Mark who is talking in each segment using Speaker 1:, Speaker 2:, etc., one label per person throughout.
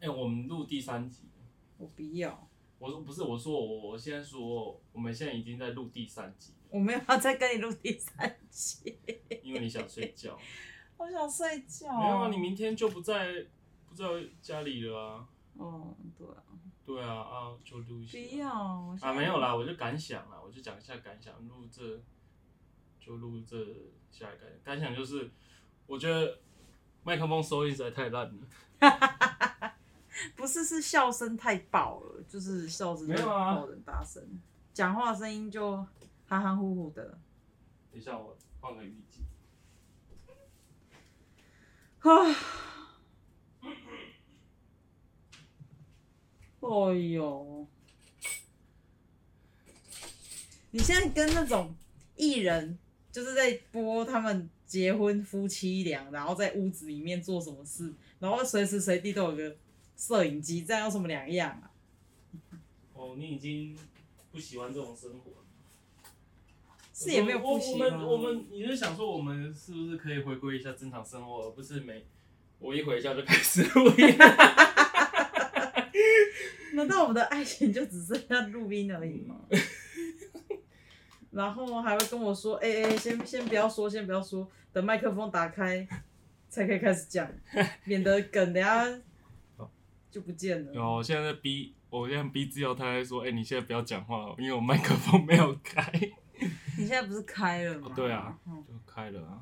Speaker 1: 哎、我们录第三集，
Speaker 2: 我不要，
Speaker 1: 我说不是，我说我我现在说，我们现在已经在录第三集了，
Speaker 2: 我没有要再跟你录第三集，
Speaker 1: 因为你想睡 觉。
Speaker 2: 我想睡觉。
Speaker 1: 没有啊，你明天就不在不在家里了啊。
Speaker 2: 哦，对啊，
Speaker 1: 对啊啊，就录一下。
Speaker 2: 不要我现
Speaker 1: 啊，
Speaker 2: 在
Speaker 1: 没有啦，我就感想啦，我就讲一下感想，录这就录这下一个感想就是，我觉得麦克风收音实在太烂了。
Speaker 2: 不是是笑声太爆了，就是笑声
Speaker 1: 没有啊
Speaker 2: 爆的大声，讲话声音就含含糊糊的。
Speaker 1: 等一下我换个雨季。
Speaker 2: 啊！ 哎呦，你现在跟那种艺人，就是在播他们结婚夫妻俩，然后在屋子里面做什么事，然后随时随地都有个摄影机，这样有什么两样啊？
Speaker 1: 哦，你已经不喜欢这种生活了。
Speaker 2: 是也没有
Speaker 1: 我
Speaker 2: 不
Speaker 1: 我
Speaker 2: 行
Speaker 1: 们
Speaker 2: 啊。
Speaker 1: 我们，你是想说我们是不是可以回归一下正常生活，而不是每我一回家就开始录音？
Speaker 2: 难道我们的爱情就只剩下录音而已吗？然后还会跟我说：“哎、哎、先先不要说，先不要说，等麦克风打开才可以开始讲，免得梗等下就不见了。
Speaker 1: 有，我现在在逼，我现在逼自由，他在说，哎、你现在不要讲话哦了，因为我麦克风没有开，”
Speaker 2: 你现在不是开了吗？
Speaker 1: 哦对啊
Speaker 2: 嗯。
Speaker 1: 就开了啊。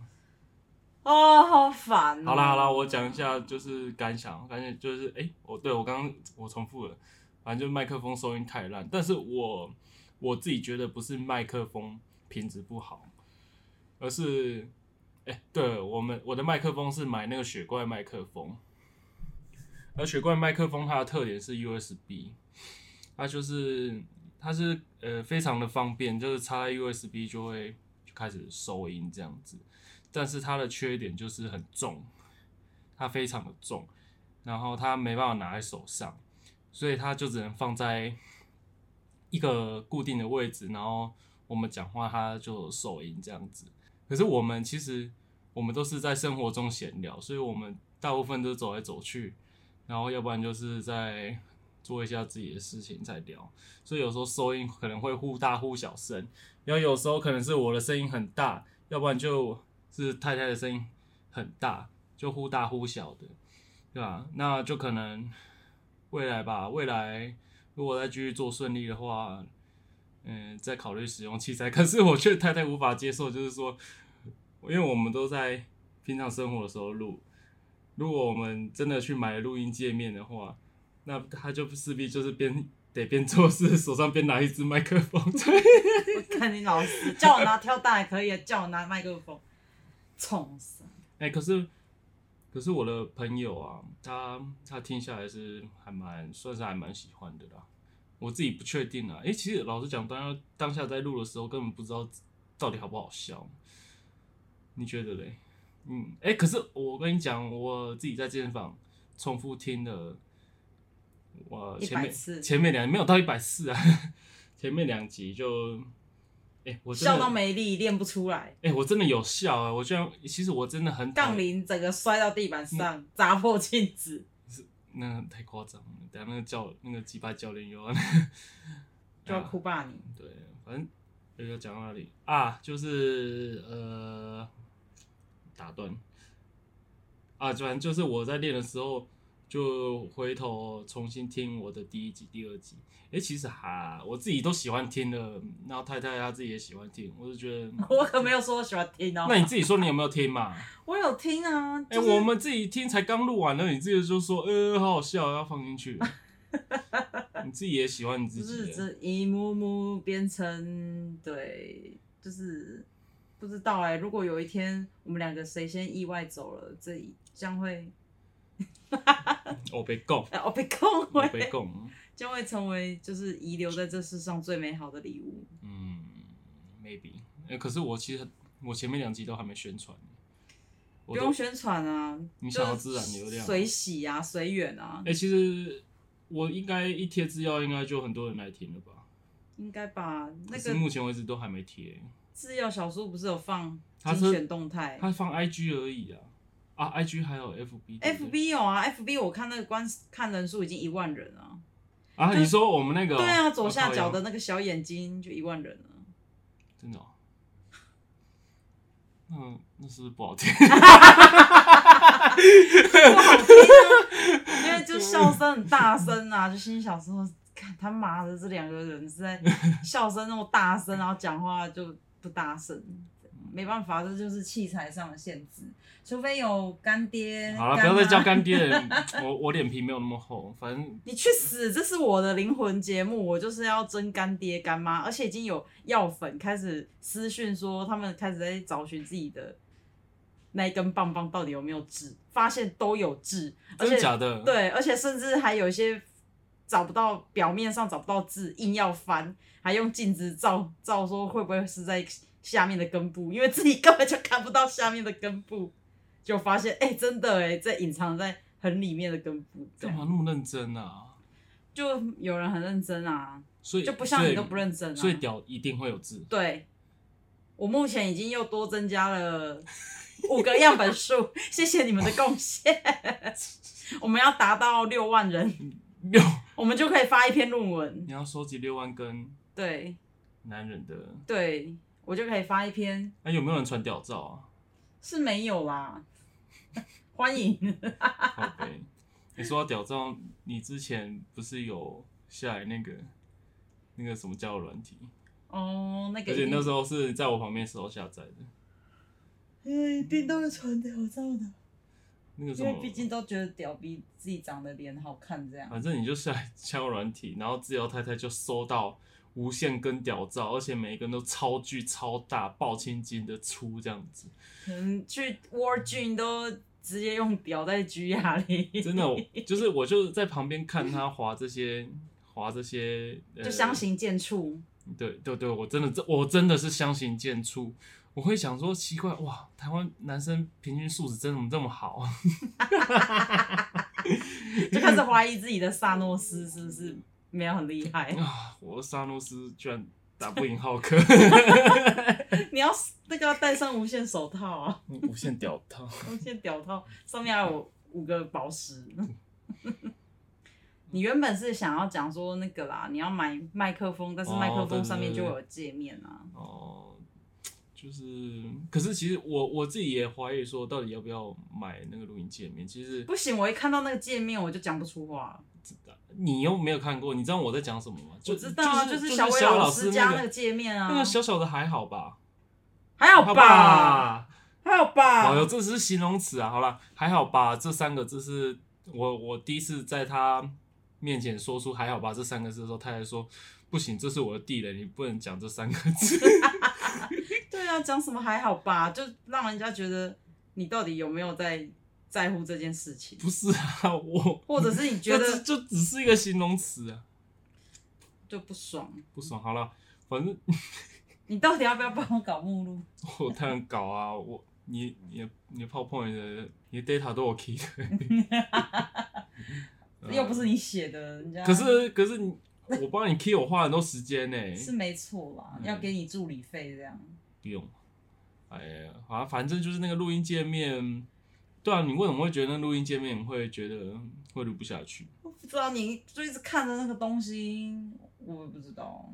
Speaker 2: 哦，好烦、哦。
Speaker 1: 好啦好啦，我讲一下就是感想，感想就是哎、诶我对我刚刚我重复了，反正就是麦克风收音太烂，但是我我自己觉得不是麦克风品质不好，而是哎、对了我们我的麦克风是买那个雪怪麦克风，而雪怪麦克风它的特点是 USB，它就是它是呃非常的方便，就是插在 USB 就会就开始收音这样子。但是它的缺点就是很重，它非常的重，然后它没办法拿在手上，所以它就只能放在一个固定的位置，然后我们讲话它就手音这样子。可是我们其实我们都是在生活中闲聊，所以我们大部分都走来走去，然后要不然就是在做一下自己的事情再聊，所以有时候收音可能会忽大忽小声，然后有时候可能是我的声音很大，要不然就是太太的声音很大，就忽大忽小的，对吧、那就可能未来吧，未来如果再继续做顺利的话，嗯，再考虑使用器材。可是我却太太无法接受，就是说，因为我们都在平常生活的时候录，如果我们真的去买录音界面的话，那他就势必就是边得边做事，手上边拿一支麦克风。
Speaker 2: 我看你老师叫我拿跳蛋也可以，啊叫我拿麦克风，冲死！
Speaker 1: 哎、可是可是我的朋友啊，他他听下来是还蛮算是还蛮喜欢的啦。我自己不确定啊。哎、其实老实讲，当当下在录的时候，根本不知道到底好不好笑。你觉得嘞？嗯，哎、可是我跟你讲，我自己在健身房重复听了，我前
Speaker 2: 100
Speaker 1: 面
Speaker 2: 次
Speaker 1: 前面两没有到一百四啊， 前面两集就，哎、我真的
Speaker 2: 笑到没力，练不出来，
Speaker 1: 哎、我真的有笑啊、我居然其实我真的很讨
Speaker 2: 杠铃整个摔到地板
Speaker 1: 嗯
Speaker 2: 上，砸破镜子。
Speaker 1: 那个太夸张了，等下那个教那个鸡巴教练又要
Speaker 2: 就要
Speaker 1: 啊
Speaker 2: 哭霸你。，
Speaker 1: 对，反正又要讲到哪里啊？就是呃，打断啊，反正就是我在练的时候，就回头重新听我的第一集、第二集。诶，其实哈、我自己都喜欢听的，然后太太她自己也喜欢听，我就觉得
Speaker 2: 我可没有说我喜欢听哦、
Speaker 1: 那你自己说你有没有听嘛？
Speaker 2: 我有听啊，
Speaker 1: 哎、
Speaker 2: 就是
Speaker 1: 我们自己听才刚录完了，你自己就说，呃，好好笑，要放进 去。你自己也喜欢你
Speaker 2: 就
Speaker 1: 自
Speaker 2: 是
Speaker 1: 己的，
Speaker 2: 这一幕幕变成对，就是不知道哎、如果有一天我们两个谁先意外走了，这一将会
Speaker 1: 我被供，
Speaker 2: 呃哦被控
Speaker 1: 我
Speaker 2: 回
Speaker 1: 被，供，
Speaker 2: 将会成为就是遗留在这世上最美好的礼物。
Speaker 1: 嗯，maybe、呃可是我其实我前面两集都还没宣传，
Speaker 2: 不
Speaker 1: 我都
Speaker 2: 用宣传啊，
Speaker 1: 你
Speaker 2: 就
Speaker 1: 想要自然流量。
Speaker 2: 随喜啊，随缘啊
Speaker 1: 哎、，其实我应该一贴资料，应该就很多人来听了吧？
Speaker 2: 应该吧？那
Speaker 1: 可
Speaker 2: 个
Speaker 1: 是目前为止都还没贴，
Speaker 2: 制药小说不是有放
Speaker 1: 它是
Speaker 2: 精选动态？
Speaker 1: 他放 IG 而已啊。啊，IG 还有 FB 对不对
Speaker 2: FB 有啊，FB 我看那个观看人数已经一万人了。
Speaker 1: 啊，
Speaker 2: 对
Speaker 1: 你说我们那个哦、
Speaker 2: 对啊，左下
Speaker 1: 靠
Speaker 2: 角
Speaker 1: 腰
Speaker 2: 的那个小眼睛就一万人了。
Speaker 1: 真的、哦，嗯，那是不是不好听？
Speaker 2: 不好听啊，因为就笑声很大声啊， 就心里想说，看他妈的这两个人是在笑声那么大声，然后讲话就不大声，没办法，这就是器材上的限制，除非有干爹。
Speaker 1: 好了，不
Speaker 2: 干
Speaker 1: 要再
Speaker 2: 妈
Speaker 1: 叫。干爹了， 我我脸皮没有那么厚，反正
Speaker 2: 你去死！这是我的灵魂节目，我就是要争干爹干妈，而且已经有药粉开始私讯说，他们开始在找寻自己的那一根棒棒到底有没有痣，发现都有痣，而
Speaker 1: 真的
Speaker 2: 且
Speaker 1: 假的？，
Speaker 2: 对，而且甚至还有一些找不到表面上找不到字，硬要翻，还用镜子照照说会不会是在下面的根部，因为自己根本就看不到下面的根部，就发现哎、真的哎、在隐藏在很里面的根部，这
Speaker 1: 干嘛
Speaker 2: 样
Speaker 1: 那么认真啊？
Speaker 2: 就有人很认真啊，
Speaker 1: 所以
Speaker 2: 就不像
Speaker 1: 所以
Speaker 2: 你都不认真啊，
Speaker 1: 所以屌一定会有 痣。
Speaker 2: 对，我目前已经又多增加了五个样本数， 谢谢你们的贡献。 我们要达到六万人，
Speaker 1: 六，
Speaker 2: 我们就可以发一篇论文。
Speaker 1: 你要收集六万根
Speaker 2: 对
Speaker 1: 男人的，哎
Speaker 2: 对，我就可以发一篇，
Speaker 1: 那、有没有人传屌照啊？
Speaker 2: 是没有啦。 欢迎，
Speaker 1: 好呗。啊你说到屌照，你之前不是有下来那个那个什么交友软体？
Speaker 2: 哦，那个
Speaker 1: 而
Speaker 2: 一
Speaker 1: 且那
Speaker 2: 定
Speaker 1: 时候是在我旁边时候下载的，
Speaker 2: 因哎为一定都会传屌照的，
Speaker 1: 那个什
Speaker 2: 因为
Speaker 1: 么，
Speaker 2: 毕竟都觉得屌比自己长得脸好看这样。
Speaker 1: 反正你就下 载交友软体，然后自由太太就收到无限根屌照，而且每一根都超巨超大，爆青筋的粗这样子，
Speaker 2: 可能去 War Gym 都直接用屌在举哑铃，
Speaker 1: 真 的，我就是我就在旁边看他划这些划这些，呃
Speaker 2: 就相形见绌。
Speaker 1: 对对对，我真的真我真的是相形见绌。我会想说，奇怪哇，台湾男生平均素质真的怎么这么好？。
Speaker 2: 就开始怀疑自己的萨诺斯是不是没有很厉害
Speaker 1: 啊，我的沙诺斯居然打不赢浩克，
Speaker 2: 你要那个要戴上无线手套啊，
Speaker 1: 无限屌套。
Speaker 2: 无线屌套上面还有五个 宝石。你原本是想要讲说那个啦，你要买麦克风，但是
Speaker 1: 哦
Speaker 2: 麦克风
Speaker 1: 对
Speaker 2: 上面
Speaker 1: 对
Speaker 2: 就
Speaker 1: 对
Speaker 2: 有界面啊。
Speaker 1: 哦、就是，可是其实我我自己也怀疑说，到底要不要买那个录音界面？其实
Speaker 2: 不行，我一看到那个界面我就讲不出话了。
Speaker 1: 你又没有看过，你知道我在讲什么吗？就
Speaker 2: 我知道啊，
Speaker 1: 就是是
Speaker 2: 小
Speaker 1: 伟
Speaker 2: 伟
Speaker 1: 老
Speaker 2: 师
Speaker 1: 那
Speaker 2: 家那个界面啊
Speaker 1: 那，个小小的还好吧？
Speaker 2: 还好
Speaker 1: 好
Speaker 2: 吧，
Speaker 1: 吧？
Speaker 2: 还好吧
Speaker 1: 好，有，这只是形容词啊。好啦，还好吧？这三个字是我我第一次在他面前说出“还好吧”这三个字的时候，他还说不行，这是我的地雷，你不能讲这三个字。
Speaker 2: 对啊，讲什么还好吧，就让人家觉得你到底有没有在在乎这件事情。
Speaker 1: 不是啊，我
Speaker 2: 或 者是你觉
Speaker 1: 就只
Speaker 2: 得
Speaker 1: 就只是一个形容词啊，
Speaker 2: 就不爽，
Speaker 1: 不爽。好了，反正
Speaker 2: 你到底要不要帮我搞目录？
Speaker 1: 我太能搞啊，我你你的你的 PowerPoint 的你的 data 都我 key 的，嗯
Speaker 2: 又不是你写的，人家
Speaker 1: 可是可是你我帮你 key，我花很多时间呢、
Speaker 2: 是没错啦，
Speaker 1: 嗯
Speaker 2: 要给你助理费这样。
Speaker 1: 不用。哎呀，好啊，反正就是那个录音界面。对啊，你为什么会觉得那录音界面你会觉得会录不下去？
Speaker 2: 我不知道你就一直看着那个东西，我也不知道，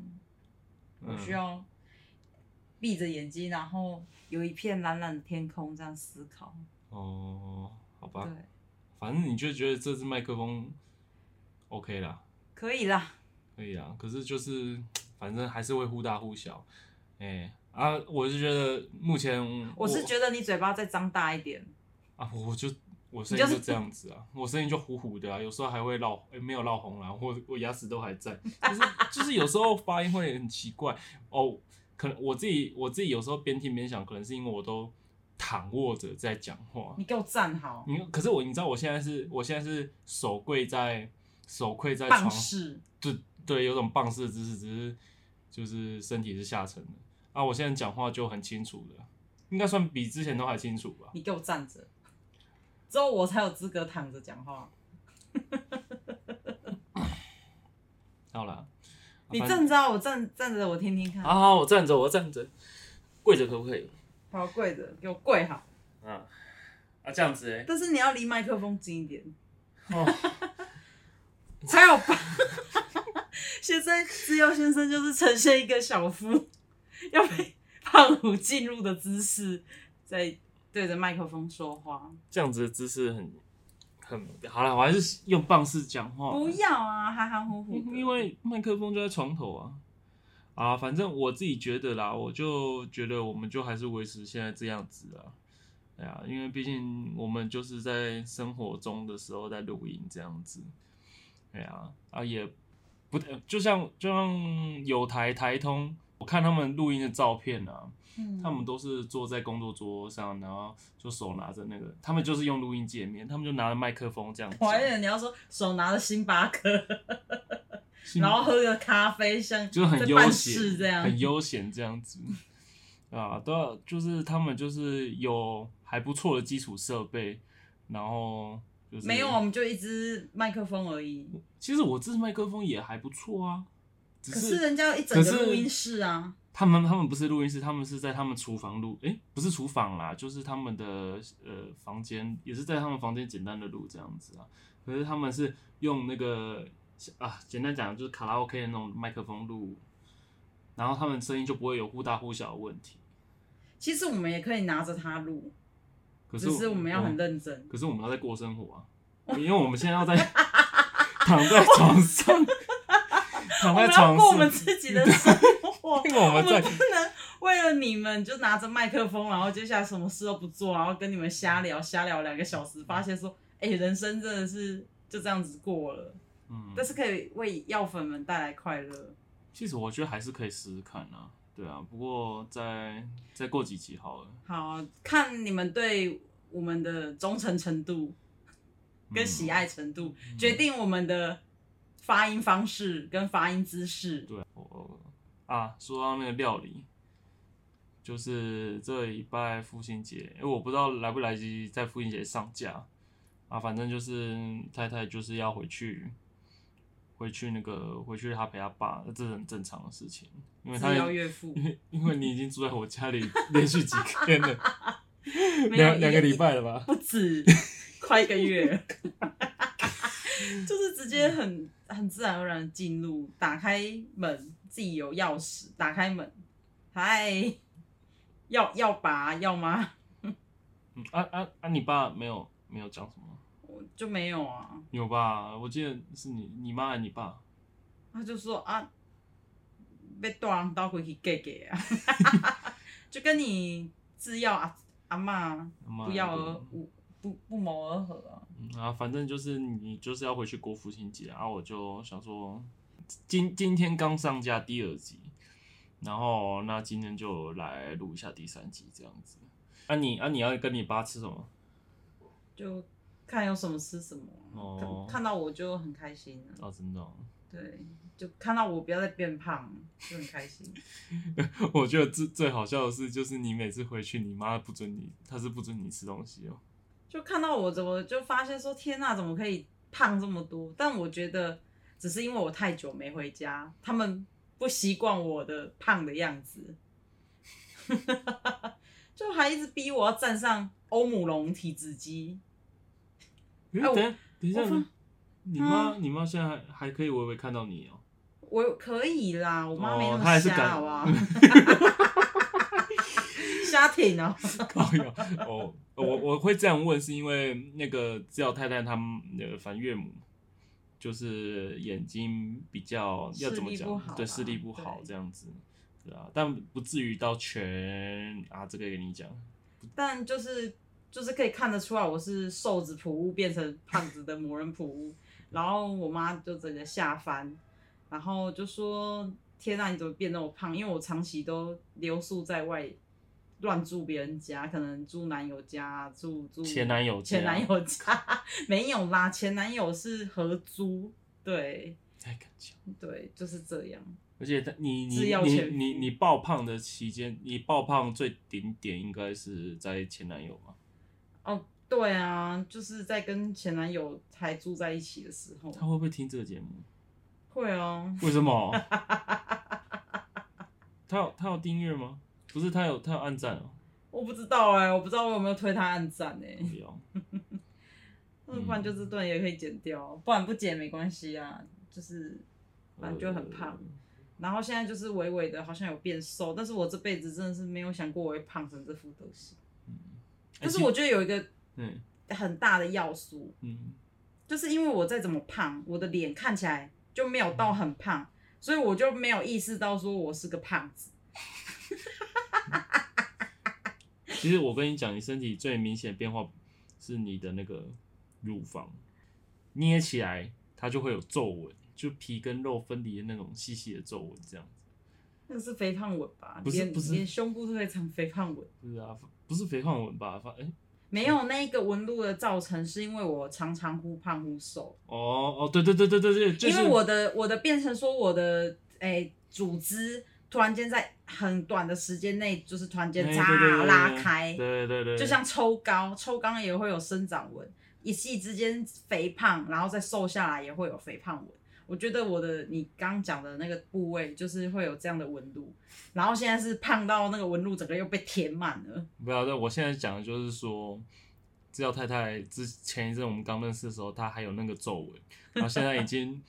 Speaker 2: 我
Speaker 1: 嗯
Speaker 2: 需要闭着眼睛，然后有一片蓝蓝的天空这样思考。
Speaker 1: 哦，好
Speaker 2: 对
Speaker 1: 吧，，反正你就觉得这支麦克风 OK 啦，
Speaker 2: 可以啦，
Speaker 1: 可以啊，可是就是反正还是会忽大忽小，哎、啊，我是觉得目前
Speaker 2: 我是觉得你嘴巴再张大一点，
Speaker 1: 啊，我我就我声
Speaker 2: 你
Speaker 1: 音
Speaker 2: 就是
Speaker 1: 就这样子啊，我声音就糊糊的啊，有时候还会绕，哎、没有绕红啦，我我牙齿都还在，就是 就是有时候发音会很奇怪哦，可能我自己我自己有时候边听边想，可能是因为我都躺卧着在讲话，
Speaker 2: 你给我站好，
Speaker 1: 你可是我你知道我现在是我现在是手跪在手跪在
Speaker 2: 办
Speaker 1: 床
Speaker 2: 事。
Speaker 1: 对对，有种棒式的姿势，只是就是身体是下沉的。啊，我现在讲话就很清楚了，应该算比之前都还清楚吧。
Speaker 2: 你给我站着，之后我才有资格躺着讲
Speaker 1: 啊
Speaker 2: 话。
Speaker 1: 好啦，啊
Speaker 2: 你
Speaker 1: 反啊
Speaker 2: 站着、啊，我站站着，我听听看。
Speaker 1: 好好，我站着，我站着，跪着可不可以？
Speaker 2: 好，跪着，给我跪好。
Speaker 1: 啊，啊，
Speaker 3: 啊，这样子哎、
Speaker 2: 但是你要离麦克风近 一点，
Speaker 3: 哦，
Speaker 2: 才有吧。现在自由先生就是呈现一个小夫要 被胖虎进入的姿势，在对着麦克风说话。
Speaker 1: 这样子的姿势很很好了，我还是用棒式讲话。
Speaker 2: 不要啊，含含糊糊的。
Speaker 1: 哦嗯因因为麦克风就在床头啊。啊，反正我自己觉得啦，我就觉得我们就还是维持现在这样子啊。哎呀、因为毕竟我们就是在生活中的时候在录音这样子。哎呀、啊，也不呃就像就像有台台通，我看他们录音的照片啊，
Speaker 2: 嗯
Speaker 1: 他们都是坐在工作桌上，然后就手拿着那个，他们就是用录音界面，他们就拿着麦克风这样
Speaker 2: 我还以
Speaker 1: 讲，
Speaker 2: 为你要说手拿着星巴克，
Speaker 1: 心
Speaker 2: 然后喝个咖啡，像
Speaker 1: 就很
Speaker 2: 在
Speaker 1: 悠
Speaker 2: 办事
Speaker 1: 闲，
Speaker 2: 这样。
Speaker 1: 很悠闲这样子啊，都要就是他们就是有还不错的基础设备，然后就是
Speaker 2: 没有，我。们就一支麦克风而已。
Speaker 1: 其实我这支麦克风也还不错啊，只
Speaker 2: 可是
Speaker 1: 是
Speaker 2: 人家有一整
Speaker 1: 可
Speaker 2: 个
Speaker 1: 是
Speaker 2: 录音室啊，
Speaker 1: 他们他们不是录音室，他们是在他们厨房录，诶、不是厨房啦，就是他们的呃房间，也是在他们房间简单的录这样子啊。可是他们是用那个啊，简单讲就是卡拉 OK 的那种麦克风录，然后他们声音就不会有忽大忽小的问题。
Speaker 2: 其实我们也可以拿着它录，
Speaker 1: 可
Speaker 2: 只是我们要很
Speaker 1: 认，
Speaker 2: 认真。
Speaker 1: 可是我们要在过生活啊，因为我们现在要在 躺在床上，躺
Speaker 2: 我
Speaker 1: 在
Speaker 2: 们要
Speaker 1: 床
Speaker 2: 过我们
Speaker 1: 上，
Speaker 2: 自己的生活，
Speaker 1: 因为我
Speaker 2: 我
Speaker 1: 们
Speaker 2: 们
Speaker 1: 在
Speaker 2: 不能为了你们就拿着麦克风，然后接下来什么事都不做，然后跟你们瞎聊瞎聊两个小时，发现说，哎、人生真的是就这样子过了。
Speaker 1: 嗯，
Speaker 2: 但是可以为药粉们带来快乐。
Speaker 1: 其实我觉得还是可以试试看啊，对啊，不过再再过几集好了，
Speaker 2: 好看你们对我们的忠诚程度
Speaker 1: 嗯
Speaker 2: 跟喜爱程度，决定我们的发音方式跟发音姿势。
Speaker 1: 对啊我啊，说到那个料理。就是这礼拜父亲节，因为我不知道来不来得及在父亲节上架啊，反正就是太太就是要回去，回去那个回去她陪她爸，这是很正常的事情，因为她
Speaker 2: 治疗岳父
Speaker 1: 因为因为你已经住在我家里连续几天了，
Speaker 2: 没有
Speaker 1: 两两个礼拜了吧？
Speaker 2: 不止，快一 个月，就是直接很很自然而然地进入，打开门，自己有钥匙，打开门，嗨，要要拔要吗？
Speaker 1: 嗯啊啊啊！你爸没有没有讲什么？
Speaker 2: 我就没有啊，
Speaker 1: 有吧？我记得是你你妈还是你爸？
Speaker 2: 他就说啊，被大人倒回去给给 啊，就跟你制药阿阿妈
Speaker 1: 他妈
Speaker 2: 不
Speaker 1: 的
Speaker 2: 药而无不不谋而合啊。
Speaker 1: 嗯啊，反正就是你就是要回去过父亲节啊，我就想说，今今天刚上架第二集，然后那今天就来录一下第三集这样子。啊你啊你要跟你爸吃什么？
Speaker 2: 就看有什么吃什么啊、
Speaker 1: 哦
Speaker 2: 看看到我就很开心了。
Speaker 1: 哦，真的哦、
Speaker 2: 对，就看到我不要再变胖，就很开心。
Speaker 1: 我觉得最最好笑的是，就是你每次回去，你妈不准你，她是不准你吃东西哦。
Speaker 2: 就看到我怎么就发现说，天呐，怎么可以胖这么多？但我觉得只是因为我太久没回家，他们不习惯我的胖的样子， 就还一直逼我要站上欧姆龙体脂机。
Speaker 1: 哎、
Speaker 2: 啊我
Speaker 1: 等一下等一
Speaker 2: 我
Speaker 1: 下
Speaker 2: 发，嗯
Speaker 1: 你妈、你妈现在还还可以微微看到你哦、
Speaker 2: 我可以啦，我妈没那
Speaker 1: 哦她还
Speaker 2: 么
Speaker 1: 是
Speaker 2: 瞎，
Speaker 1: 敢
Speaker 2: 好不 好？瞎挺哦，
Speaker 1: 靠腰 哦，我我会这样问，是因为那个治疗太太他们呃，反正岳母就是眼睛比较要怎么
Speaker 2: 视力不好
Speaker 1: 讲，对
Speaker 2: 吧
Speaker 1: 视力不好
Speaker 2: 对
Speaker 1: 这样子，对啊，但不至于到全啊，这个给你讲，
Speaker 2: 但就是就是可以看得出来，我是瘦子普乌变成胖子的魔人普乌，然后我妈就整个吓翻，然后就说：“天啊呐，你怎么变那么胖？”因为我长期都留宿在外，乱住别人家，可能住男友家，住住
Speaker 1: 前男友
Speaker 2: 前男
Speaker 1: 家
Speaker 2: 友家 没有啦，前男友是合租，对
Speaker 1: 太敢讲。
Speaker 2: 对，就是这样。
Speaker 1: 而且他你你
Speaker 2: 自要
Speaker 1: 你
Speaker 2: 前夫
Speaker 1: 你你爆胖的期间，你爆胖最顶点应该是在前男友嘛？
Speaker 2: 哦，对啊，就是在跟前男友还住在一起的时候，
Speaker 1: 他会不会听这个节目？
Speaker 2: 会哦。
Speaker 1: 为什么？他有他有订阅吗？不是，他有他有按赞哦、
Speaker 2: 我不知道哎、我不知道我有没有推他暗赞哎、
Speaker 1: 不要，
Speaker 2: 那不然就这段也可以剪掉，不然不剪没关系啊，就是反正就很胖。
Speaker 1: 哦
Speaker 2: 然后现在就是微微的，好像有变瘦，但是我这辈子真的是没有想过我会胖成这副德行。
Speaker 1: 呃。
Speaker 2: 但是我觉得有一个
Speaker 1: 嗯
Speaker 2: 很大的要素，
Speaker 1: 嗯
Speaker 2: 就是因为我再怎么胖，我的脸看起来就没有到很胖，所以我就没有意识到说我是个胖子。
Speaker 1: 其实我跟你讲，你身体最明显的变化是你的那个乳房捏起来，它就会有皱纹，就皮跟肉分离的那种细细的皱纹，这样子。
Speaker 2: 那是肥胖纹吧？
Speaker 1: 不是
Speaker 2: 连
Speaker 1: 不是
Speaker 2: 连胸部都可以长肥胖纹。
Speaker 1: 不是啊，不是肥胖纹吧？发哎、
Speaker 2: 没有那一个纹路的造成，是因为我常常忽胖忽瘦，
Speaker 1: 哦哦，对对对对对对，就是
Speaker 2: 因为我的我的变成说我的诶、组织突然间在很短的时间内就是突然间
Speaker 1: 哎
Speaker 2: 扎
Speaker 1: 对对对对
Speaker 2: 拉开，
Speaker 1: 对对对对，
Speaker 2: 就像抽高，抽高也会有生长纹，一夕之间肥胖，然后再瘦下来也会有肥胖纹。我觉得我的你刚讲的那个部位就是会有这样的纹路，然后现在是胖到那个纹路整个又被填满了。
Speaker 1: 不要，对啊我现在讲的就是说，知道太太之前一阵我们刚认识的时候，她还有那个皱纹，然后现在已经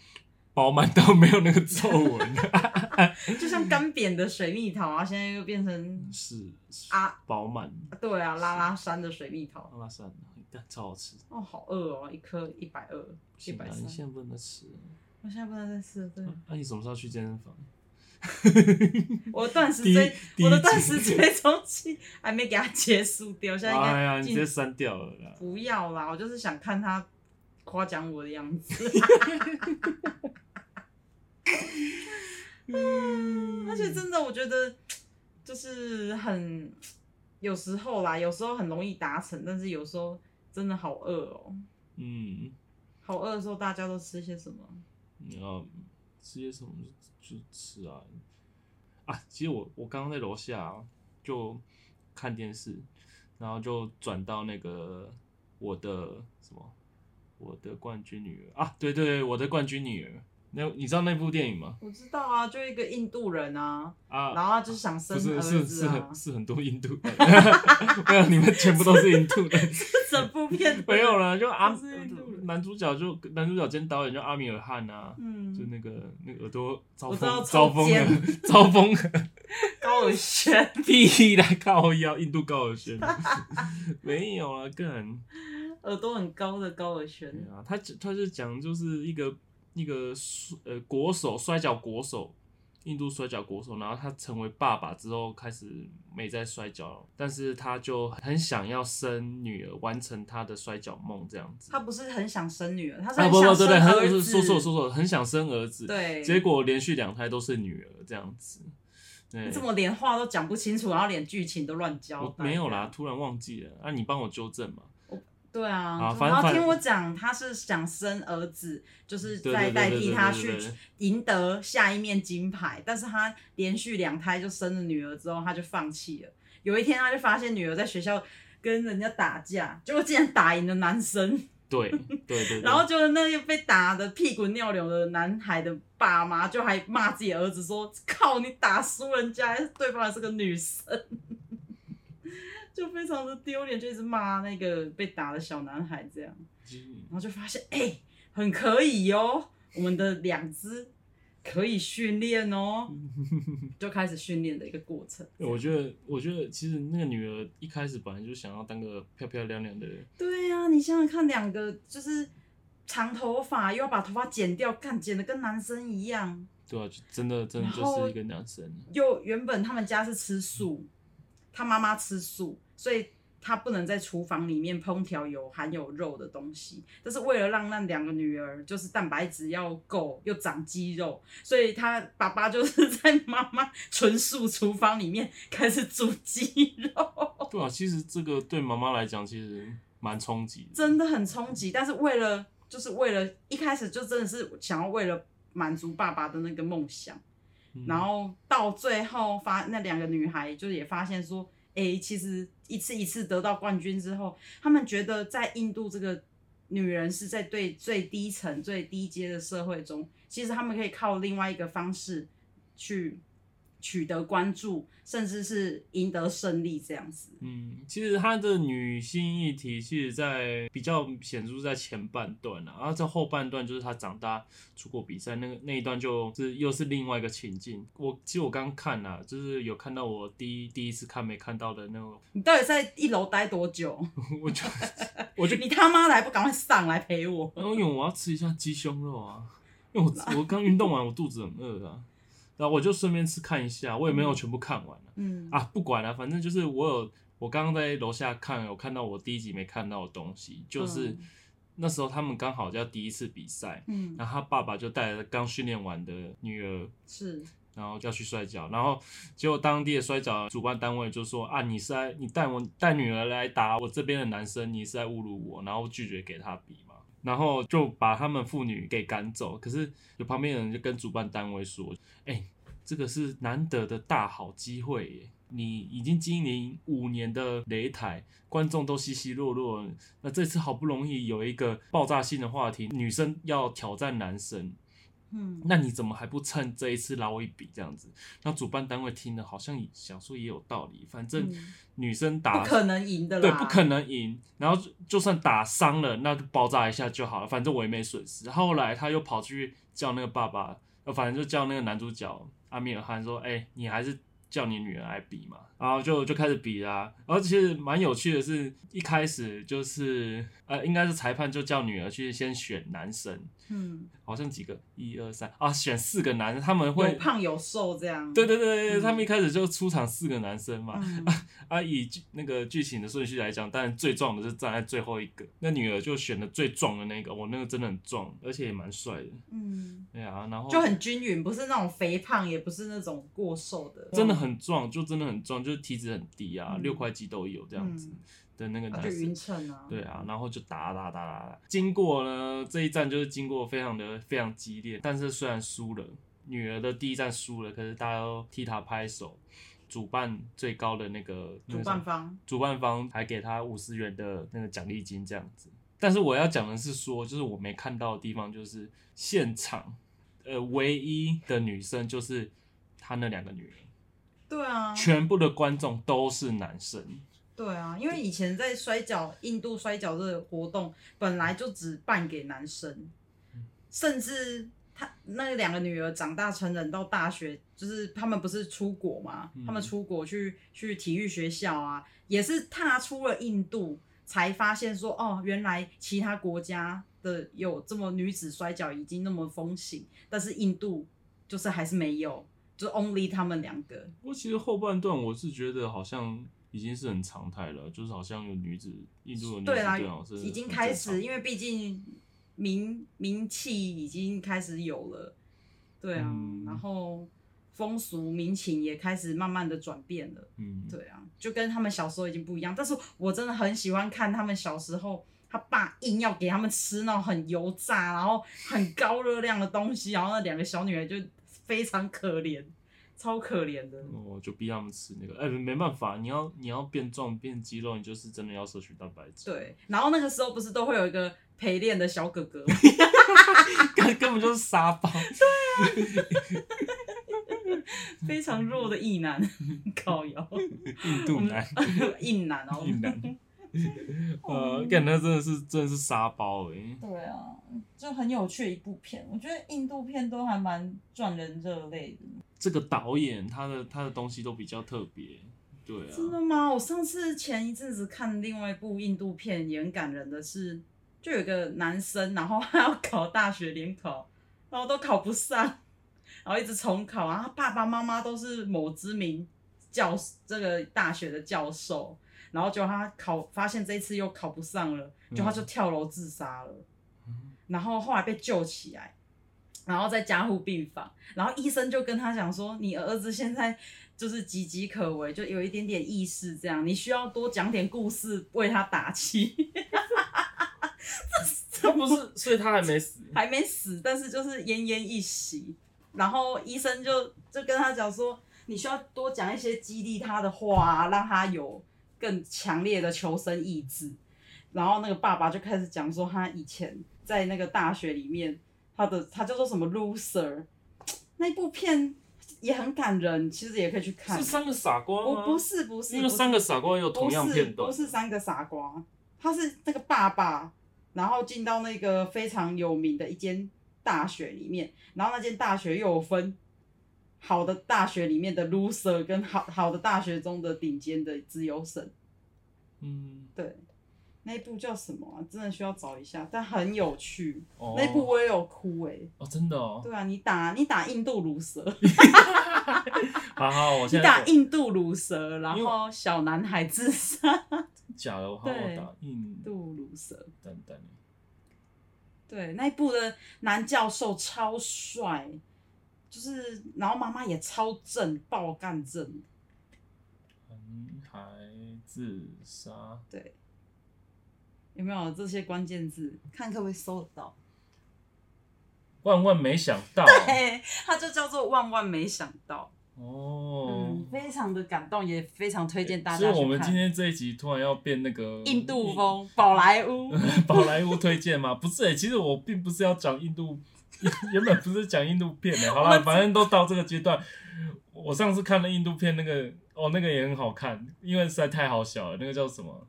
Speaker 1: 饱满到没有那个皱纹了，
Speaker 2: 就像干瘪的水蜜桃啊，现在又变成
Speaker 1: 是是
Speaker 2: 啊
Speaker 1: 饱满。
Speaker 2: 对啊拉拉山的水蜜桃，
Speaker 1: 阿拉山，干超好吃，
Speaker 2: 哦，好饿哦，一颗一百二，
Speaker 1: 不
Speaker 2: 一
Speaker 1: 行啊
Speaker 2: 百！
Speaker 1: 你
Speaker 2: 三，
Speaker 1: 现在不能再吃了。
Speaker 2: 我现在不能再吃了，对，
Speaker 1: 那、你什么时候去健身房？
Speaker 2: 我的断食
Speaker 1: 第一
Speaker 2: 追，
Speaker 1: 第一
Speaker 2: 我的
Speaker 1: 集
Speaker 2: 断食追踪期 还没给它结束 掉，现在应
Speaker 1: 哎呀，
Speaker 2: 该
Speaker 1: 你直
Speaker 2: 进
Speaker 1: 接删掉了啦！
Speaker 2: 不要啦，我就是想看他夸奖我的样 子，嗯而且真的我觉得就是很有时候啦，有时候很容易达成，但是有时候真的好饿哦、
Speaker 1: 嗯，
Speaker 2: 好饿的时候，大家都吃些什么？
Speaker 1: 你要吃些什么就就吃啊啊！其实我我刚刚在楼下啊、就看电视，然后就转到那个我的什么我的冠军女儿啊，对对对，我的冠军女儿。那你知道那部电影吗？
Speaker 2: 我知道啊，就一个印度人啊，
Speaker 1: 啊，
Speaker 2: 然后他就是想生
Speaker 1: 不是
Speaker 2: 儿
Speaker 1: 是
Speaker 2: 子
Speaker 1: 是
Speaker 2: 啊
Speaker 1: 很。是很多印度人， 没有你们全部都是印度 人，
Speaker 2: 整部片
Speaker 1: 没有，啦，就阿
Speaker 2: 都是印度人
Speaker 1: 男主角就男主角兼导演就阿米尔汗啊，就
Speaker 2: 嗯，
Speaker 1: 那个那个耳朵招
Speaker 2: 我知道
Speaker 1: 风招风的招风的
Speaker 2: 高尔宣，
Speaker 1: 屁啦高腰印度高尔宣， 没有啊，干
Speaker 2: 耳朵很高的高尔宣
Speaker 1: 对，啊，他他是讲就是一个一个呃国手摔跤国手。印度摔跤国手，然后他成为爸爸之后开始没在摔跤了，但是他就很想要生女儿，完成他的摔跤梦这样子。
Speaker 2: 他不是很想生女儿，他是
Speaker 1: 啊，
Speaker 2: 很
Speaker 1: 不不，
Speaker 2: 想
Speaker 1: 对
Speaker 2: 生
Speaker 1: 对，很
Speaker 2: 儿子。
Speaker 1: 说错说错，很想生儿子，
Speaker 2: 对，
Speaker 1: 结果连续两胎都是女儿这样子。对
Speaker 2: 你，怎么连话都讲不清楚，然后连剧情都乱交
Speaker 1: 我
Speaker 2: 代？
Speaker 1: 没有啦，，突然忘记了，啊，你帮我纠正嘛。
Speaker 2: 对啊，
Speaker 1: 啊
Speaker 2: 就是
Speaker 1: 反
Speaker 2: 然后
Speaker 1: 反嗯
Speaker 2: 听我讲，他是想生儿子，就是
Speaker 1: 对
Speaker 2: 在
Speaker 1: 对对
Speaker 2: 代
Speaker 1: 对
Speaker 2: 替
Speaker 1: 对
Speaker 2: 他
Speaker 1: 对
Speaker 2: 去
Speaker 1: 对
Speaker 2: 赢得下一面金牌，但是他连续两胎就生了女儿之后，他就放弃了。有一天，他就发现女儿在学校跟人家打架，结果竟然打赢了男生，
Speaker 1: 对对对对，
Speaker 2: 然后就是那个被打的屁滚尿流的男孩的爸妈就还骂自己儿子说：“靠，你打输人家，对方还是个女生。” 就非常的丢脸，就一直骂那个被打的小男孩这样。然后就发现，哎、很可以哦，我们的两只可以训练哦，就开始训练的一个过程。
Speaker 1: 我觉得，我觉得其实那个女儿一开始本来就想要当个漂漂亮亮的人，
Speaker 2: 对呀、你想想看，两个就是长头发，又要把头发剪掉，看剪的跟男生一样。
Speaker 1: 对啊，就真的真的
Speaker 2: 然后
Speaker 1: 就是一个男生。
Speaker 2: 又原本他们家是吃素，他妈妈吃素，所以他不能在厨房里面烹调有含有肉的东西。但是为了让那两个女儿就是蛋白质要够，又长肌肉，所以他爸爸就是在妈妈纯素厨房里面开始煮鸡肉，
Speaker 1: 对啊，其实这个对妈妈来讲其实蛮冲击的。
Speaker 2: 真的很冲击。但是为了就是为了一开始就真的是想要为了满足爸爸的那个梦想。
Speaker 1: 嗯
Speaker 2: 然后到最后发那两个女孩就是也发现说，诶，其实一次一次得到冠军之后，她们觉得在印度这个女人是在对最低层、最低阶的社会中，其实她们可以靠另外一个方式去取得关注，甚至是赢得胜利这样子。
Speaker 1: 嗯，其实它的女性议题，其实在比较显著在前半段啊，然后在后半段就是她长大出国比赛那个那一段，就是又是另外一个情境。我其实我刚看啦、就是有看到我第一第一次看没看到的那种，
Speaker 2: 你到底在一楼待多久？
Speaker 1: 我就我就
Speaker 2: 你他妈的还不赶快上来陪我？
Speaker 1: 然后因为我要吃一下鸡胸肉啊，因为我我刚运动完，我肚子很饿啊，然后我就顺便吃看一下，我也没有全部看完、啊
Speaker 2: 嗯，
Speaker 1: 啊，不管了、反正就是我有，我刚刚在楼下看，有看到我第一集没看到的东西，就是
Speaker 2: 嗯
Speaker 1: 那时候他们刚好叫第一次比赛，
Speaker 2: 嗯，
Speaker 1: 然后他爸爸就带着刚训练完的女儿，
Speaker 2: 是
Speaker 1: 然后就要去摔跤，然后结果当地的摔跤主办单位就说啊，你是在你带我带女儿来打我这边的男生，你是在侮辱我，然后拒绝给他比嘛。然后就把他们妇女给赶走，可是有旁边的人就跟主办单位说：“哎、这个是难得的大好机会耶！你已经经营五年的擂台，观众都稀稀落落了，那这次好不容易有一个爆炸性的话题，女生要挑战男生，
Speaker 2: 嗯
Speaker 1: 那你怎么还不趁这一次捞一笔这样子？那主办单位听了好像也想说也有道理，反正
Speaker 2: 嗯
Speaker 1: 女生打、
Speaker 2: 不可能赢的啦，
Speaker 1: 对不可能赢，然后就就算打伤了，那就爆炸一下就好了，反正我也没损失。后来他又跑去叫那个爸爸，呃，反正就叫那个男主角阿米尔汗说：“哎、你还是叫你女儿来比嘛。”然后就就开始比啦、然后其实蛮有趣的是，一开始就是呃，应该是裁判就叫女儿去先选男生，
Speaker 2: 嗯，
Speaker 1: 好像几个一二三啊，选四个男生，他们
Speaker 2: 有
Speaker 1: 会。
Speaker 2: 胖有瘦这样。
Speaker 1: 对对对，对
Speaker 2: 嗯
Speaker 1: 他们一开始就出场四个男生嘛，
Speaker 2: 嗯，
Speaker 1: 啊，以剧那个剧情的顺序来讲，当然最壮的是站在最后一个，那女儿就选了最壮的那个，我那个真的很壮，而且也蛮帅的，
Speaker 2: 嗯，
Speaker 1: 对啊，然后
Speaker 2: 就很均匀，不是那种肥胖，也不是那种过瘦的，
Speaker 1: 真的很壮，就真的很壮，就是体脂很低啊，
Speaker 2: 嗯
Speaker 1: 六块肌都有这样子的那个
Speaker 2: 啊
Speaker 1: 男
Speaker 2: 就
Speaker 1: 生
Speaker 2: 匀。称啊。
Speaker 1: 对啊，然后就打打打打
Speaker 2: 嗯
Speaker 1: 打，经过呢这一战就是经过非常的非常激烈，但是虽然输了，女儿的第一战输了，可是大家都替她拍手，主办最高的那个那
Speaker 2: 主
Speaker 1: 个什么
Speaker 2: 办方，
Speaker 1: 主办方还给他五十元的那个奖励金这样子。但是我要讲的是说，就是我没看到的地方，就是现场，呃，唯一的女生就是他那两个女人，
Speaker 2: 对啊，
Speaker 1: 全部的观众都是男生。
Speaker 2: 对啊，因为以前在摔跤，印度摔跤这个活动本来就只办给男生，甚至他那两个女儿长大成人到大学，就是他们不是出国嘛，
Speaker 1: 嗯
Speaker 2: 他们出国去去体育学校啊，也是踏出了印度，才发现说哦，原来其他国家的有这么女子摔跤已经那么风行，但是印度就是还是没有，就 only 他们两个，
Speaker 1: 不过其实后半段我是觉得好像已经是很常态了，就是好像有女子印度的女子
Speaker 2: 对啦啊
Speaker 1: 队好像是
Speaker 2: 已经
Speaker 1: 很
Speaker 2: 开
Speaker 1: 正常
Speaker 2: 始，因为毕竟名名气已经开始有了，对啊，
Speaker 1: 嗯
Speaker 2: 然后风俗民情也开始慢慢的转变了，
Speaker 1: 嗯，
Speaker 2: 对啊，就跟他们小时候已经不一样。但是我真的很喜欢看他们小时候，他爸硬要给他们吃那种很油炸，然后很高热量的东西，然后那两个小女孩就非常可怜，超可怜的。
Speaker 1: 我哦就逼他们吃那个，哎、没办法，你要你要变壮变肌肉，你就是真的要摄取蛋白质。
Speaker 2: 对，然后那个时候不是都会有一个陪练的小哥哥吗？
Speaker 1: 根根本就是沙包。 嗯
Speaker 2: 非常弱的异男， 靠 腰，
Speaker 1: 印度男，
Speaker 2: 硬男哦，
Speaker 1: 印男。呃，感觉真的是真的是沙包哎、欸。
Speaker 2: 对啊，就很有趣的一部片，我觉得印度片都还蛮赚人热泪的。
Speaker 1: 这个导演他的他的东西都比较特别，对啊，
Speaker 2: 真的吗？我上次前一阵子看另外一部印度片，也很感人的是，就有一个男生，然后他要考大学联考，然后都考不上， 然后一直重考，然后他爸爸妈妈都是某知名教这个大学的教授，然后就他考发现这一次又考不上了，
Speaker 1: 嗯
Speaker 2: 就他就跳楼自杀了。
Speaker 1: 嗯
Speaker 2: 然后后来被救起来，然后在加护病房，然后医生就跟他讲说，你儿子现在就是岌岌可危，就有一点点意识，这样你需要多讲点故事为他打气，
Speaker 1: 他不是，所以他还没死。
Speaker 2: 还没死，但是就是奄奄一息。然后医生就就跟他讲说，你需要多讲一些激励他的话、啊让他有更强烈的求生意志。然后那个爸爸就开始讲说，他以前在那个大学里面，他的他叫做什么 loser，那部片也很感人，其实也可以去看。
Speaker 1: 是三个傻瓜吗？
Speaker 2: 我不是不是，
Speaker 1: 因为
Speaker 2: 不是
Speaker 1: 三个傻瓜也有同样片段
Speaker 2: 不是不是三个傻瓜，他是那个爸爸，然后进到那个非常有名的一间大学里面，然后那间大学又有分好的大学里面的 loser 跟好好的大学中的顶尖的自由生。
Speaker 1: 嗯，
Speaker 2: 对，那一部叫什么、啊？真的需要找一下，但很有趣。
Speaker 1: 哦，
Speaker 2: 那一部我也有哭哎、
Speaker 1: 哦，真的哦，
Speaker 2: 对啊，你打你打印度卢蛇，
Speaker 1: 好好，我
Speaker 2: 你
Speaker 1: 现在
Speaker 2: 打印度卢蛇，然后小男孩自杀，
Speaker 1: 假的，我好好
Speaker 2: 对
Speaker 1: 打印
Speaker 2: 印度卢蛇。
Speaker 1: 蛋蛋，
Speaker 2: 对，那一部的男教授超帅，就是然后妈妈也超正，爆干正。
Speaker 1: 男孩嗯自杀，
Speaker 2: 对，有没有这些关键字？看可不可以搜得到？
Speaker 1: 万万没想到，
Speaker 2: 哎，它就叫做万万没想到，
Speaker 1: 哦
Speaker 2: 嗯，，非常的感动，也非常推荐大
Speaker 1: 所
Speaker 2: 家
Speaker 1: 以我
Speaker 2: 去
Speaker 1: 们今
Speaker 2: 看。
Speaker 1: 天这一集突然要变那个
Speaker 2: 印度风、宝莱坞，
Speaker 1: 宝莱坞推荐吗？不是、欸，其实我并不是要讲印度， 原本不是讲印度片的、欸好
Speaker 2: 我
Speaker 1: 了，
Speaker 2: 知
Speaker 1: 反正都到这个阶段。我上次看了印度片，那个哦，那个也很好看，因为实在太好笑了。那个叫什么？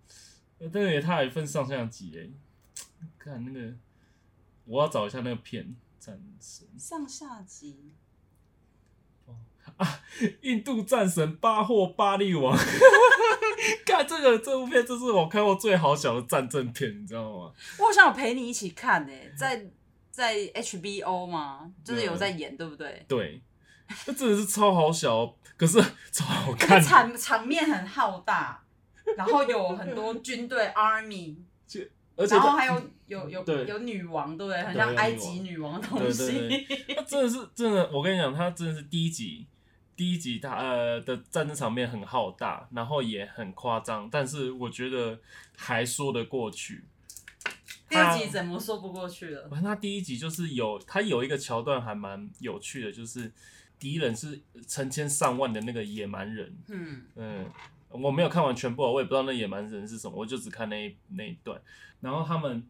Speaker 1: 呃那个也它有一份上下集诶、看那个，我要找一下那个片。战神
Speaker 2: 上下集。
Speaker 1: 啊，印度战神巴霍巴利王。 看这个这部片，这是我看过最好笑的战争片，你知道吗？
Speaker 2: 我好像有陪你一起看诶、在在 HBO 嘛，就是
Speaker 1: 啊
Speaker 2: 有在演，对不对？
Speaker 1: 对，那真的是超好笑哦，可是超好
Speaker 2: 那
Speaker 1: 看
Speaker 2: 个。场场面很浩大，然后有很多军队 army，
Speaker 1: 而且
Speaker 2: 然后
Speaker 1: 它
Speaker 2: 还有有有
Speaker 1: 对
Speaker 2: 有女王，对不对？很像
Speaker 1: 有女王
Speaker 2: 埃及女王的东西。
Speaker 1: 对 对它真的是真的，我跟你讲，它真的是第一集，第一集它呃的战争场面很浩大，然后也很夸张，但是我觉得还说得过去。
Speaker 2: 第二集怎么说不过去了？
Speaker 1: 我看他第一集就是有，他有一个桥段还蛮有趣的，就是敌人是成千上万的那个野蛮人，
Speaker 2: 嗯，
Speaker 1: 嗯，我没有看完全部，啊我也不知道那野蛮人是什么，我就只看那一那一段。然后他们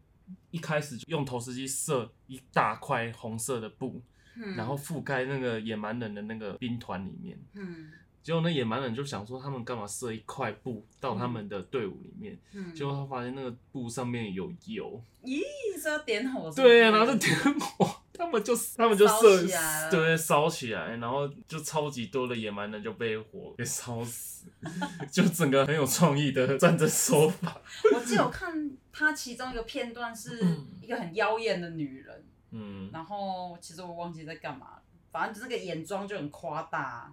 Speaker 1: 一开始就用投石机射一大块红色的布，
Speaker 2: 嗯
Speaker 1: 然后覆盖那个野蛮人的那个兵团里面。
Speaker 2: 嗯
Speaker 1: 结果那野蛮人就想说，他们干嘛射一块布到他们的队伍里面？
Speaker 2: 嗯，
Speaker 1: 结果他发现那个布上面有油，
Speaker 2: 一直要点火是不是，
Speaker 1: 对，啊然后就点火，他们就他们就射
Speaker 2: 烧起来，了
Speaker 1: 对，烧起来，然后就超级多的野蛮人就被火给烧死， 就整个很有创意的战争手法。
Speaker 2: 我记得我看他其中一个片段是一个很妖艳的女人，
Speaker 1: 嗯，
Speaker 2: 然后其实我忘记在干嘛了，反正就是那个眼妆就很夸大，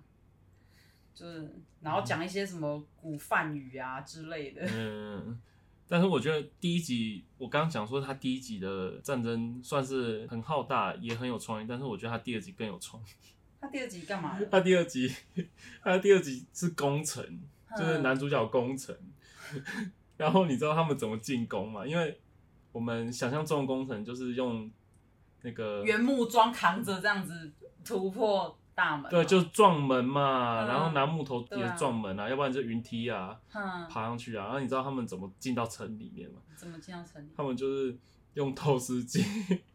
Speaker 2: 就是然后讲一些什么古梵语啊之类的。
Speaker 1: 嗯，但是我觉得第一集，我刚刚讲说他第一集的战争算是很浩大，也很有创意，但是我觉得他第二集更有创意。
Speaker 2: 他第二集干嘛了？
Speaker 1: 他第二集，他第二集是攻城，就是
Speaker 2: 嗯
Speaker 1: 男主角攻城。 然后你知道他们怎么进攻吗？因为我们想象中的攻城就是用那个
Speaker 2: 原木桩扛着这样子突破大门嘛。哦
Speaker 1: 对，就撞门嘛，
Speaker 2: 嗯
Speaker 1: 然后拿木头
Speaker 2: 对
Speaker 1: 也
Speaker 2: 啊
Speaker 1: 撞门啊，要不然就云梯啊，
Speaker 2: 嗯，
Speaker 1: 爬上去啊。然后你知道他们怎么进到城里面吗？
Speaker 2: 怎么进到城里？
Speaker 1: 他们就是用投石机，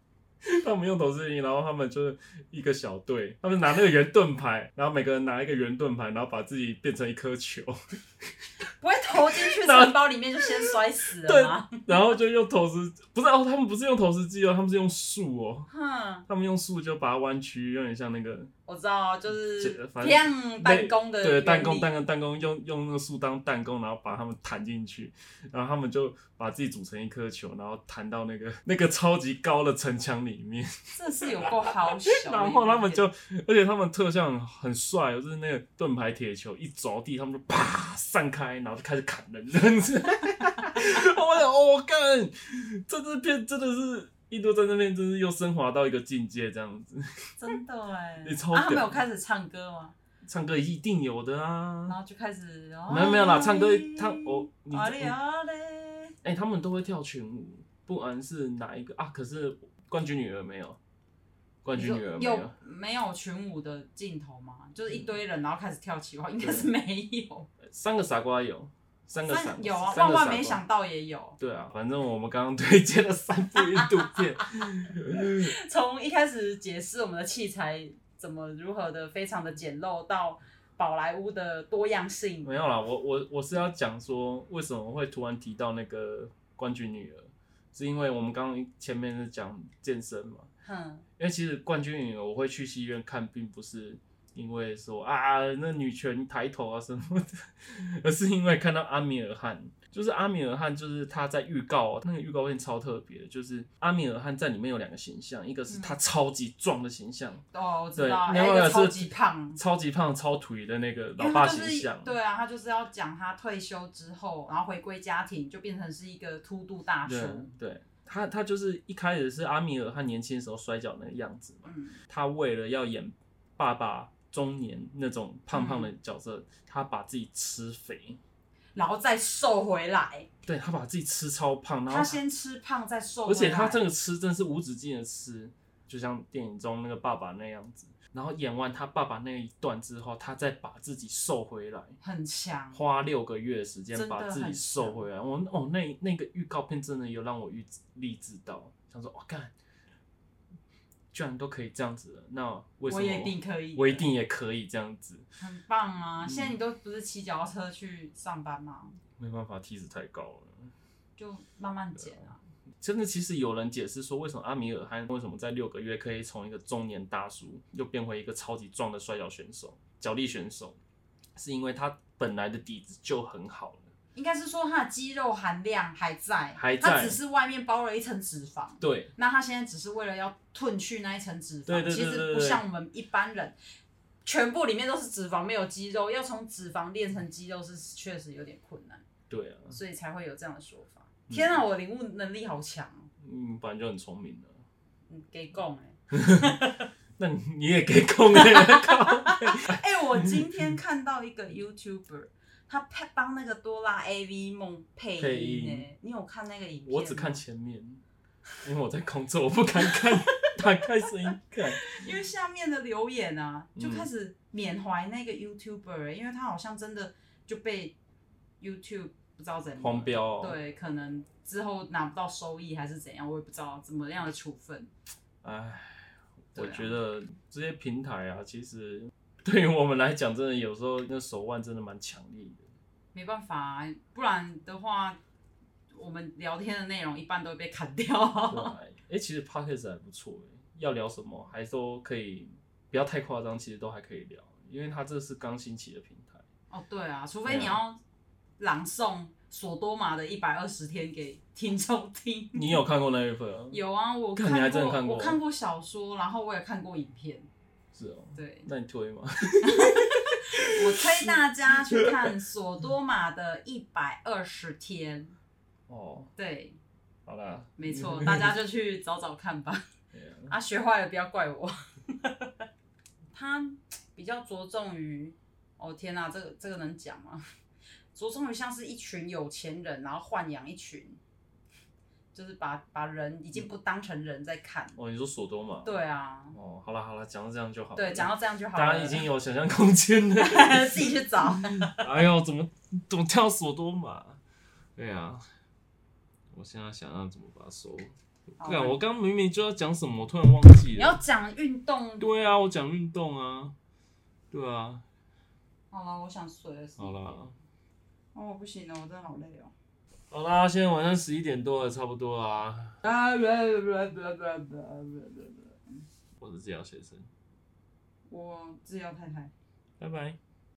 Speaker 1: 他们用投石机，然后他们就是一个小队，他们拿那个圆盾牌，然后每个人拿一个圆盾牌，然后把自己变成一颗球，
Speaker 2: 不会投进去城堡里面就先摔死了吗？
Speaker 1: 然后就用投石，不是哦，他们不是用投石机哦，他们是用树哦，
Speaker 2: 哼，
Speaker 1: 他们用树就把它弯曲，有点像那个
Speaker 2: 我知道，就是
Speaker 1: 这反正
Speaker 2: 像弹弓的
Speaker 1: 对弹弓
Speaker 2: 原理
Speaker 1: 弹弓弹弓，用用那个树当弹弓，然后把他们弹进去，然后他们就把自己组成一颗球，然后弹到那个 那个超级高的城墙里面。。
Speaker 2: 这是有够好笑
Speaker 1: 然后他们就，而且他们特效很很帅哦，就是那个盾牌铁球一着地，他们就啪散开，然后就开始砍人这样子。 我想，哦，干，这支片真的是印度战争片，真是又升华到一个境界这样子。
Speaker 2: 真的哎，
Speaker 1: 你超
Speaker 2: 啊，他们
Speaker 1: 屌
Speaker 2: 有开始唱歌吗？
Speaker 1: 唱歌一定有的啊
Speaker 2: 然，后就开始，
Speaker 1: 没有没
Speaker 2: 哦
Speaker 1: 有啦，唱
Speaker 2: 哎
Speaker 1: 歌他哦，你
Speaker 2: 阿
Speaker 1: 哎、
Speaker 2: 里阿嘞，
Speaker 1: 他们都会跳群舞，不管是哪一个啊，可是冠军女儿没有，冠军女儿没有
Speaker 2: 有。没有群舞的镜头吗？就是一堆
Speaker 1: 嗯
Speaker 2: 人然后开始跳起舞，应该是没有。
Speaker 1: 三个傻瓜有，三个傻
Speaker 2: 但有啊，
Speaker 1: 三
Speaker 2: 万
Speaker 1: 个
Speaker 2: 万
Speaker 1: 傻
Speaker 2: 没
Speaker 1: 瓜
Speaker 2: 想到也有。
Speaker 1: 对啊，反正我们刚刚推荐了 三部印度片，
Speaker 2: 从一开始解释我们的器材怎么如何的非常的简陋到宝莱坞的多样性。
Speaker 1: 没有啦，我我我是要讲说，为什么会突然提到那个冠军女儿，是因为我们刚刚前面是讲健身嘛，
Speaker 2: 哼，
Speaker 1: 因为其实冠军女儿我会去戏院看，并不是因为说啊那女权抬头啊什么的， 而是因为看到阿米尔汗，就是阿米尔汗，就是他在预告、啊那个预告片超特别的，就是阿米尔汗在里面有两个形象，一个是他超级壮的形象，
Speaker 2: 嗯哦，我知
Speaker 1: 对，
Speaker 2: 道，还
Speaker 1: 另
Speaker 2: 有一
Speaker 1: 外
Speaker 2: 个
Speaker 1: 是
Speaker 2: 超级胖。
Speaker 1: 超级胖、超颓的那个
Speaker 2: 因
Speaker 1: 老
Speaker 2: 为
Speaker 1: 爸
Speaker 2: 他
Speaker 1: 形
Speaker 2: 就是
Speaker 1: 象，
Speaker 2: 对啊，他就是要讲他退休之后，然后回归家庭，就变成是一个凸度大叔。
Speaker 1: 对对，他他就是一开始是阿米尔汗年轻的时候摔跤那个样子嘛，
Speaker 2: 嗯，
Speaker 1: 他为了要演爸爸中年那种胖胖的
Speaker 2: 嗯
Speaker 1: 角色，他把自己吃肥，
Speaker 2: 然后再瘦回来，
Speaker 1: 对他把自己吃超胖，然
Speaker 2: 他
Speaker 1: 后
Speaker 2: 先吃胖再瘦回
Speaker 1: 而
Speaker 2: 来，
Speaker 1: 且他这个吃真是无止境的吃，就像电影中那个爸爸那样子。然后演完他爸爸那一段之后，他再把自己瘦回来，
Speaker 2: 很强，
Speaker 1: 花六个月的时间
Speaker 2: 真的
Speaker 1: 把自己瘦回来。我哦，那那个预告片真的有让我预励志到，想说，我、哦、干，居然都可以这样子了，那为什
Speaker 2: 我
Speaker 1: 么
Speaker 2: 也一定可以，
Speaker 1: 我一定也可以这样子？
Speaker 2: 很棒啊！
Speaker 1: 嗯
Speaker 2: 现在你都不是骑脚踏车去上班吗？
Speaker 1: 没办法，梯子太高了。
Speaker 2: 就慢慢减啊。
Speaker 1: 真的，其实有人解释说，为什么阿米尔汗为什么在六个月可以从一个中年大叔又变回一个超级壮的摔跤选手、脚力选手，是因为他本来的底子就很好了。
Speaker 2: 应该是说他的肌肉含量还在，
Speaker 1: 还
Speaker 2: 他
Speaker 1: 在
Speaker 2: 只是外面包了一层脂肪。
Speaker 1: 对，
Speaker 2: 那他现在只是为了要褪去那一层脂肪，
Speaker 1: 对对对
Speaker 2: 其
Speaker 1: 对
Speaker 2: 实
Speaker 1: 对
Speaker 2: 不像我们一般人，全部里面都是脂肪，没有肌肉，要从脂肪练成肌肉是确实有点困难，
Speaker 1: 对啊，
Speaker 2: 所以才会有这样的说
Speaker 1: 嗯
Speaker 2: 法。天啊，我领悟能力好强哦！
Speaker 1: 嗯，本来就很聪明了。
Speaker 2: 嗯，给供 哎。
Speaker 1: 那你也 给空哎、靠
Speaker 2: 哎、我今天看到一个 YouTuber，他配帮那个哆啦 A V 梦配
Speaker 1: 配
Speaker 2: 音呢、欸
Speaker 1: 音
Speaker 2: 你有看那个影片吗？
Speaker 1: 我只看前面，因为我在工作，我不敢看，打开声音看。
Speaker 2: 因为下面的留言啊，
Speaker 1: 嗯
Speaker 2: 就开始缅怀那个 YouTuber，、欸、因为他好像真的就被 YouTube 不知道怎么
Speaker 1: 黄标、哦，，
Speaker 2: 对，可能之后拿不到收益还是怎样，我也不知道怎么样的处分。
Speaker 1: 唉，
Speaker 2: 对
Speaker 1: 我
Speaker 2: 啊
Speaker 1: 觉得这些平台啊，其实 对于我们来讲，真的有时候那手腕真的蛮强力的。
Speaker 2: 没办法啊、不然的话，我们聊天的内容一半都会被砍掉。
Speaker 1: 哎、诶其实 podcast 还不错、诶要聊什么还都可以，不要太夸张，其实都还可以聊，因为它这是刚兴起的平台。
Speaker 2: 哦，对啊，除非你
Speaker 1: 对啊
Speaker 2: 要朗诵索多玛的一百二十天给听众听。
Speaker 1: 你有看过那一份、啊？，
Speaker 2: 有啊，我
Speaker 1: 看你还真的看过
Speaker 2: 我看过小说，然后我也看过影片。
Speaker 1: 是哦。
Speaker 2: 对，
Speaker 1: 那你推吗？
Speaker 2: 我推大家去看索多玛的一百二十 天。
Speaker 1: 哦，
Speaker 2: 对，
Speaker 1: 好啦，
Speaker 2: 没错，
Speaker 1: 嗯
Speaker 2: 大家就去找找看吧。
Speaker 1: 对啊
Speaker 2: 啊，学坏了不要怪我。 他比较着重于，哦天哪、这个这个能讲吗？ 着重于像是一群有钱人，然后豢养一群，就是把把人已经不当成人在看。
Speaker 1: 哦，你说索多玛？
Speaker 2: 对啊，
Speaker 1: 哦，好了好了，讲到这样就好了。
Speaker 2: 对，讲到这样就好了。
Speaker 1: 大家已经有想象空间了。
Speaker 2: 自己去找。
Speaker 1: 哎呦，怎么怎么跳索多玛？对啊，我现在想要怎么把它收。
Speaker 2: 好
Speaker 1: 对啊，我刚明明就要讲什么，我突然忘记
Speaker 2: 你
Speaker 1: 了。
Speaker 2: 要讲运动。
Speaker 1: 对啊，我讲运动啊。对啊，
Speaker 2: 好了，我想睡了。
Speaker 1: 好啦，
Speaker 2: 哦，不行了，我真的好累哦。
Speaker 1: 好啦，现在晚上十一点多了，差不多啦。
Speaker 2: 啊，
Speaker 1: 我是治疗先生，
Speaker 2: 我治疗太太。
Speaker 1: 拜拜。